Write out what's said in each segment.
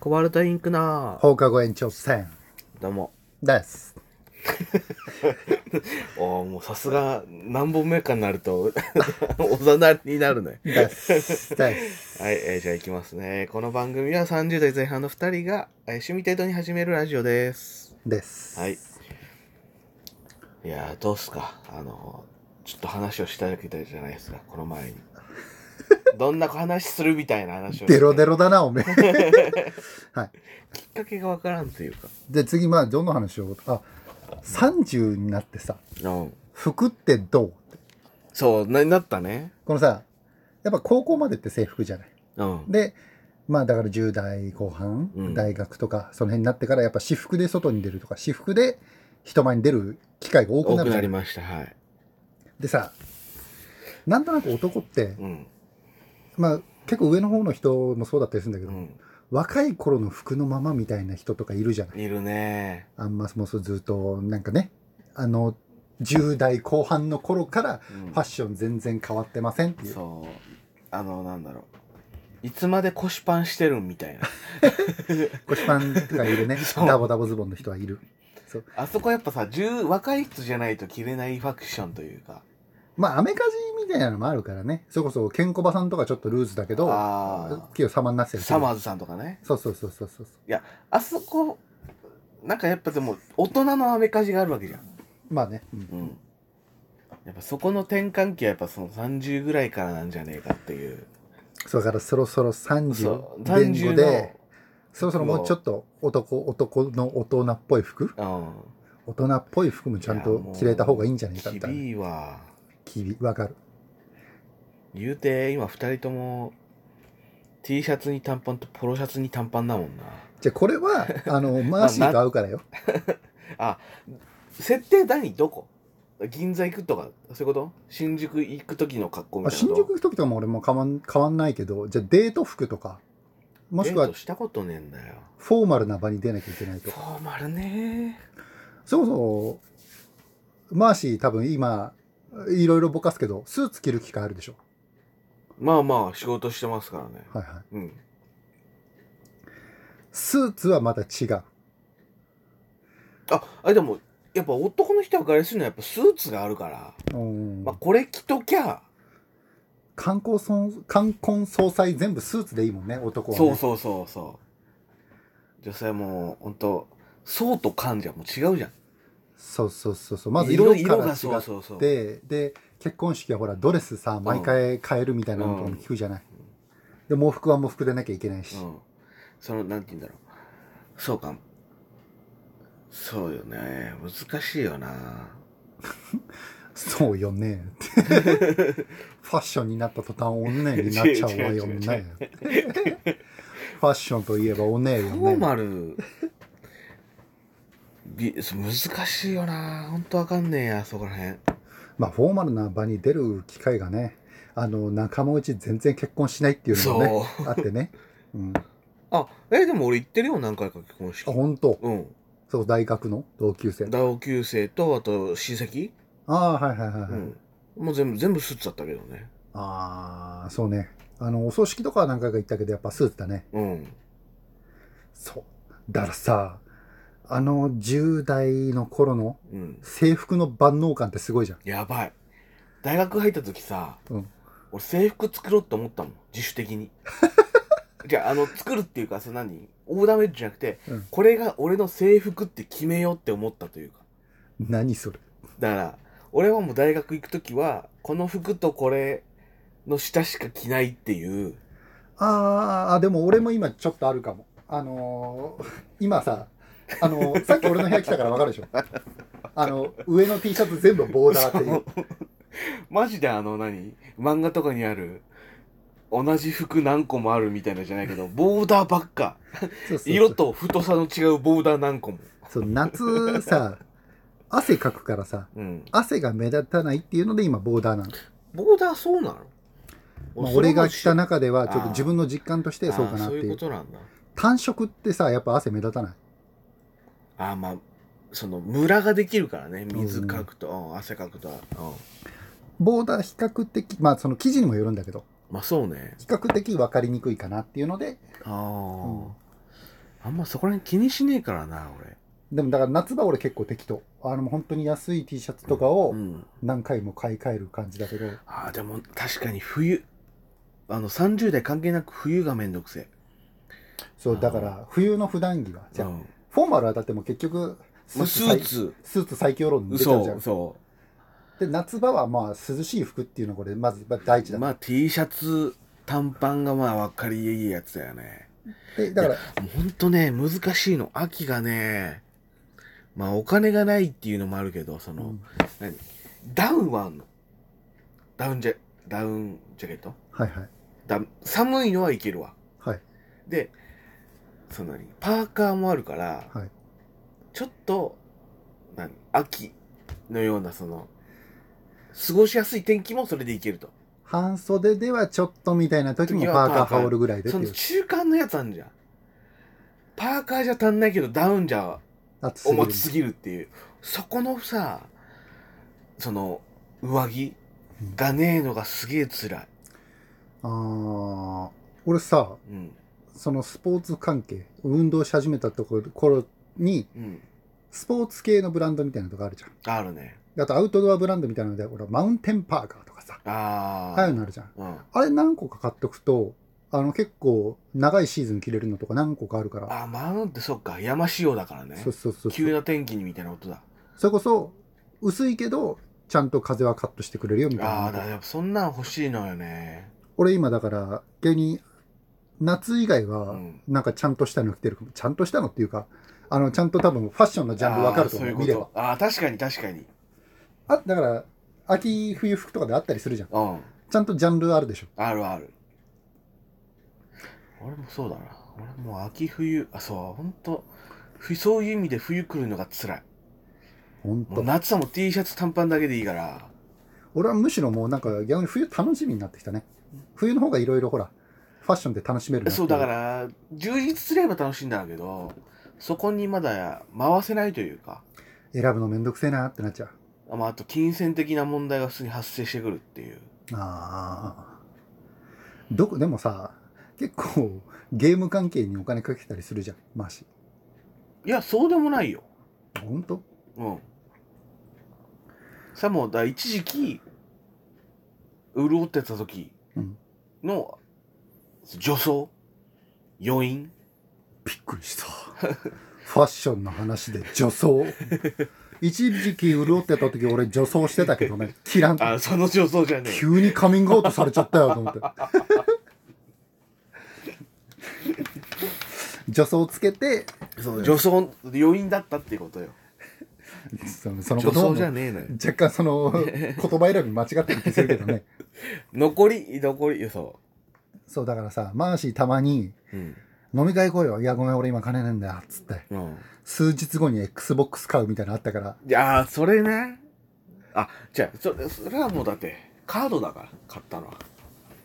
コバルトインクな放課後延長戦どうも。です。おおもうさすが、何本目かになると、 おざなりになるね。です。です。はい、えーじゃあ行きますね。この番組は30代前半の2人が、えー趣味程度に始めるラジオです。です。はい。いやー、どうっすかあのー、ちょっと話をしただけじゃないですか、この 前に。どんな話するみたいな話をして。デロデロだな、おめえ。はい。きっかけがわからんというか。で、次、まあ、どの話をあ、30になってさ、うん。服ってどうそう、な、なったね。このさ、やっぱ高校までって制服じゃない。うん。で、まあ、だから10代後半、うん大学とか、その辺になってから、やっぱ私服で外に出るとか、私服で人前に出る機会が多く多なくるじなゃりん。ました、はい。でさ、なんとなく男って、うん。まあ、結構上の方の人もそうだったりするんだけうど、ん。若い頃の服のままみたいな人とかいるじゃない。いるね。あんまもうそうずっと、なんかね、あの、10代後半の頃からファッション全然変わってませんっていう。そう。あの、なんだろう。いつまで腰パンしてるんみたい な。腰パンとかいるね 。そうダボダボズボンの人はいる。そう。あそこやっぱさ、10若い人じゃないと着れないファクションというか。まあ、アメカジみたいなのもあるからね。それこそ、ケンコバさんとかちょっとルーズだけど、あ今日様になってあ。る。サマーズさんとかね。そうそうそうそうそう。あそこ、なんかやっぱでも、大人のアメカジがあるわけじゃん。まあね。うんうん。やっぱそこの転換期はやっぱその30ぐらいからなんじゃねえかっていう。そうだからそろそろそう。 30前後30での、、そろそろもうちょっと男、男の大人っぽい服うん。大人っぽい服もちゃんと着れた方がいいんじゃないかみきたいな。びいわ。きび、わかる。言うて、今二人とも、T シャツに短パンとポロシャツに短パンだもんな。じゃあこ れは、あの、マーシーと合うからよ。設定何どこ銀座行くとかそういうこと新宿行く時の格好みまあたいな新こと宿行く時とかも俺も変わん変わんないけど、じゃあデート服とか、もしくはデートしたことねえんだよフォーマルな場に出なきゃいけないフと。ォーマルねそもそも、マーシー多分今、いろいろぼかすけど、スーツ着る機会あるでしょ。まあまあ仕事してますからねはいはい。うんスーツはまた違う。ああでもやっぱ男の人は彼するのはやっぱスーツがあるから、うんまあ、これ着ときゃ観光そ冠婚葬祭全部スーツでいいもんね、男は、ね。そうそうそうそう女性はもうほんと層と感じはもう違うじゃんそうそうそうそう。まず色色から違がっそうそうそうて、で、結婚式はほら、ドレスさ、毎回変えるみたいなのとかも聞くじゃない。で、喪服は喪服でなきゃいけないし。うん、そのなんて言うんだろうそうかそうよね難しいよなそうよ ね。ファッションになった途端、おねえになっちゃうわよね。ファッションといえばおねえフよォーね。マルび難しいよなほんとわかんねえやそこらへんまあ、フォーマルな場に出る機会がね、あの、仲間内全然結婚しないっていうのもね、そあってね。うん。あ、あえでも俺行ってるよ何回か結婚式本当うんそう、大学の同級生。同級生とあと親戚、ああ、はいはいはいはい。うん、もう全部全部スーツだったけどねああ、そうね。あの、お葬式とかは何回か行ったけど、やっぱスーツだね。うんそう。だからさ、あの、10代の頃のうん制服の万能感ってすごいじゃん。やばい大学入った時さうん。俺制服作ろうと思ったもん自主 的にじゃああの作るっていうかその何オーダーメイドじゃなくて、うんこれが俺の制服って決めようって思ったというか何それ。だから俺はもう大学行く時はこの服とこれの下しか着ないっていうあーあ、でも俺も今ちょっとあるかも。あのー、今さ、あ のー、さっき俺の部屋来たからわかるでしょ。あの、上の T シャツ全部ボーダーっていう。マジであの何漫画とかにある同じ服何個もあるみたいなじゃないけどボーダーばっかそうそうそう色と太さの違うボーダー何個もそう、夏さ、汗かくからさ、うん汗が目立たないっていうので今ボーダーなの。ボーダーそうなの、まあ、俺が着たな中ではちょっあとー自分の実感としてそうかなってそういいううことなんだ単色ってさやっぱ汗目立たないああまあそのムラができるからね水かくと、うん汗かくと、うん、ボーダー比較的まあその生地にもよるんだけどまあそうね比較的分かりにくいかなっていうのでああ、あうんんまそこら辺気にしねえからな、俺。でもだから夏場俺結構適当。あのもう本当に安い T シャツとかをうん。何回も買い替える感じだけど、ああ、でも確かに冬。あの、30代関係なく冬がめんどくせそう、だかあら冬の普段着は、え。じうゃあ、ん。フォーマルはだってもう結局スまあースツ最、ーツ。スーツ最強論出ちゃうじゃ。そうんそで、夏場はまあ涼しい服っていうのがこれまず第一う。だ。まあ T シャツ、短パンがまあ分かりいいやつだよね。で、だから、もうほんとね、難しいの。秋がね、まあお金がないっていうのもあるけど、その、うん何ダウンはあんの。ダウンジャ、ダウンジャケットはいはい。だ寒いのはいけるわ。はい。で、その何パーカーもあるから、はいちょっと、何秋のようなその、過ごしやすい天気もそれでいけると。半袖ではちょっとみたいな時も時はパーカーパーカー羽織るぐらいでってそいのう。中間のやつあんじゃん。パーカーじゃ足んないけどダウンじゃ暑すぎ重る。すぎるっていう。そこのさ、その上着がねえのがすげえ辛い。ああ。俺さ、うん。そのスポーツ関係、運動し始めたところ頃に、うん。スポーツ系のブランドみたいなのとかあるじゃん。あるね。あとアウトドアブランドみたいなので、ほら、マウンテンパーカーとかさ、あああ。あいうのあるじゃん。うん。ああれ何個か買っとくと、あの結構長いシーズン着れるのとか何個かあるから。ー、マウンってそっか、山仕様だからね。そうそうそうそ急う。な天気にみたいなことだ。それこそ、薄いけど、ちゃんと風はカットしてくれるよみたいああ、だなから。やっぱそんなん欲しいのよね。俺今だから、逆に、夏以外うは、ん。なんかちゃんとしたの着てるかも。ちゃんとしたのっていうか、あの、ちゃんと多分ファッションのジャンルわかると思う。あーそう見いれうばこ。と。ああ、確かに確かに。あ、だから、秋冬服とかであったりするじゃん。うん。ちゃんとジャンルあるでしょ。あるある。俺もそうだな。俺もう秋冬、あ、そう、ほんと、ふそういう意味で冬来るのが辛い。ほんもとう。夏はもう T シャツ短パンだけでいいから。俺はむしろもうなんか逆に冬楽しみになってきたね。冬の方がいろいろほら、ファッションで楽しめるなっていそう、だか。ら、充実すれば楽しいんだけど、そこにまだ回せないというか、選ぶのめんどくせえなってなっちゃう。あまあ、あと金銭的な問題が普通に発生してくるっていう。ああ。どこ、でもさ、結構ゲーム関係にお金かけたりするじゃん、マーシいや、そうでもないよ。ー。ほんとうん。さもう、だ一時期、潤ってた時うんの、助走余韻びっく りした。ファッションの話で女装。一時期潤ってた時俺女装してたけどね、切らんと。あ、その助走じゃね急にカミングアウトされちゃったよ と思って。女装つけて、え。その助走、余韻だったってことよ。そのその助言葉走もじゃねえのよ。若干その言葉選び間違ってる気するけどね。残り、残り、そそうだからさ、マーシーたまにう。うん。飲み会行こうよ。いやごめん俺今金ねえんだよ。つって。うん。数日後に XBOX 買うみたいなのあったから。いやー、それね。あ、じゃあ、それ、それはもうだって、カードだから、買ったのは。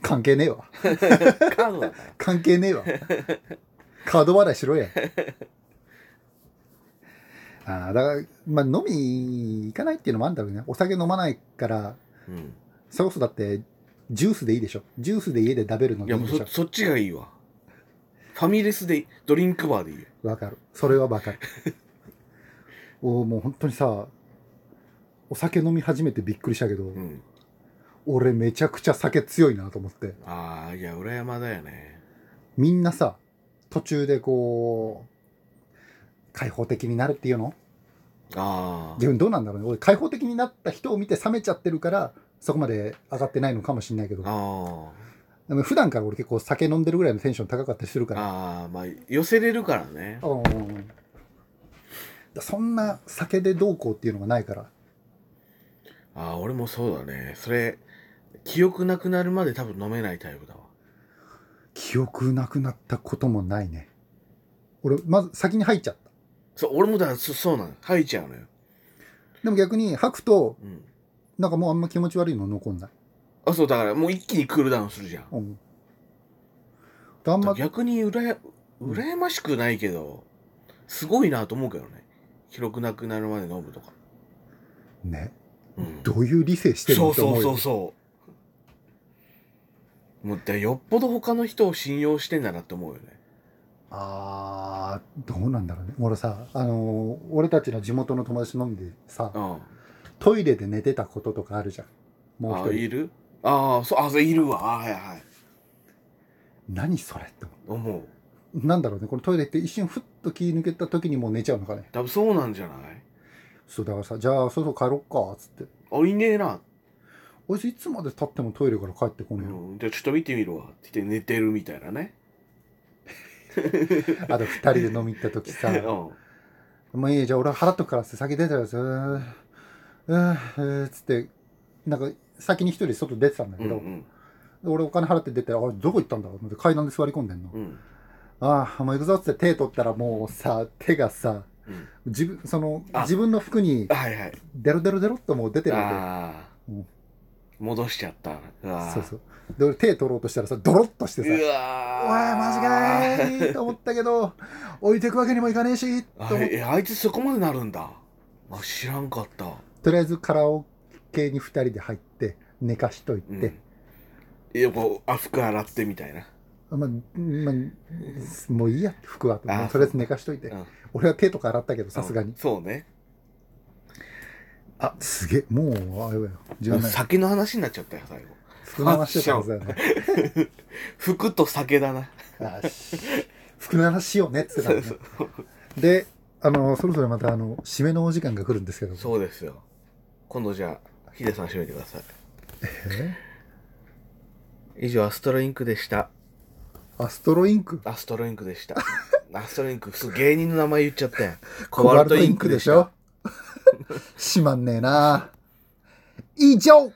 関係ねえわ。カードだから。関係ね えわ。カード払いしろや。ああ、だから、まあ飲み行かないっていうのもあるんだろうね。お酒飲まないから、うん。それこそだって、ジュースでいいでしょ。ジュースで家で食べるのいでいや、いもでうしょそ、。そっちがいいわ。ファミレスでいい、ドリンクバーでいいよ。わかる。それはわかる。 おーもう本当にさ、お酒飲み始めてびっくりしたけど、うん。俺めちゃくちゃ酒強いなと思って。ああ、いや、裏山だよね。みんなさ、途中でこう、開放的になるっていうのあ自分どうなんだろうね。俺開放的になった人を見て冷めちゃってるから、そこまで上がってないのかもしれないけどあ。、あでも普段から俺結構酒飲んでるぐらいのテンション高かったりするあ。から。ああ、まあ、寄せれるからね。うんそんな酒でどうこうっていうのがないから。ああ、俺もそうだね。それ、記憶なくなるまで多分飲めないタイプだわ。記憶なくなったこともないね。俺、まず先に入っちゃった。そう、俺もだから、そそうなの。吐いちゃうのよ。でも逆に吐くと、うん。なんかもうあんま気持ち悪いの残んない。あ、そう、だからもう一気にクールダウンするじゃん。うん。あんま、逆にうらや、羨ましくないけど、すごいなと思うけどね。広くなくなるまで飲むとか。ね、うんどういう理性してるそのうとそ思ううそよう。そう。もうだよっぽど他の人を信用してんだなって思うよね。あー、どうなんだろうね俺さあのー俺たちの地元の友達飲んでさうん。トイレで寝てたこととかあるじゃんもうあ、一人いるああ、そう、あ、そういるわ。あはいはい。何それって思思う。うなんだろうねこのトイレって一瞬ふっと気抜けた時にもう寝ちゃうのかね多分そうなんじゃないそうだからさじゃあそろそろ帰ろっかっつってあ、いねえな。おいしいつまで経ってもトイレから帰ってこうねえよ、ん、じゃあちょっと見てみるわ。って言って寝てるみたいなね。あと二人で飲み行った時う さん。もういいじゃあ俺払っとくからっつって先出てたらさうーんうーんつってなんか先に一人外出てたんだうけんうど、ん。で俺お金払って出て、あ、どこ行ったんだろうと思って階段で座り込んでんの。うん。ああ、もう行くぞっつって手取ったらもうさ、手がさ、うん自分、その、あ自分の服にはいはい。デロデロデロっともう出てるわああうん。戻しちゃった。うわけ。ーそうそう。で、俺手取ろうとしたらさ、ドロッとしてさ、ううわーわあ、マジかーいと思ったけど、置いてくわけにもいかねえし、とあ思っえあいつそこまでなるんだあ知らんかった、とりあえずカラオケに二人で入って、寝かしというんて、、やっぱあ服洗ってみたいな、まあ、まあ、もういいや、服は。あーとりあえず寝かしといて。うん俺は手とか洗ったけど、さすがうにん。そうねあ、すげえ、もう、あれだよ。17年酒の話になっちゃったよ最後服の話してたはずだよね。服と酒だなあし服の話しようねって言ってたんそうで、あの、そろそろまた、あの、締めのお時間が来るんですけど。そうですよ今度じゃあヒデさん閉めてくださいえ以上アストロインクで したーアストロインクアストロインクでしたアストロインクすごい芸人の名前言っちゃったやんコバル トインクでしょしまんねえな。以上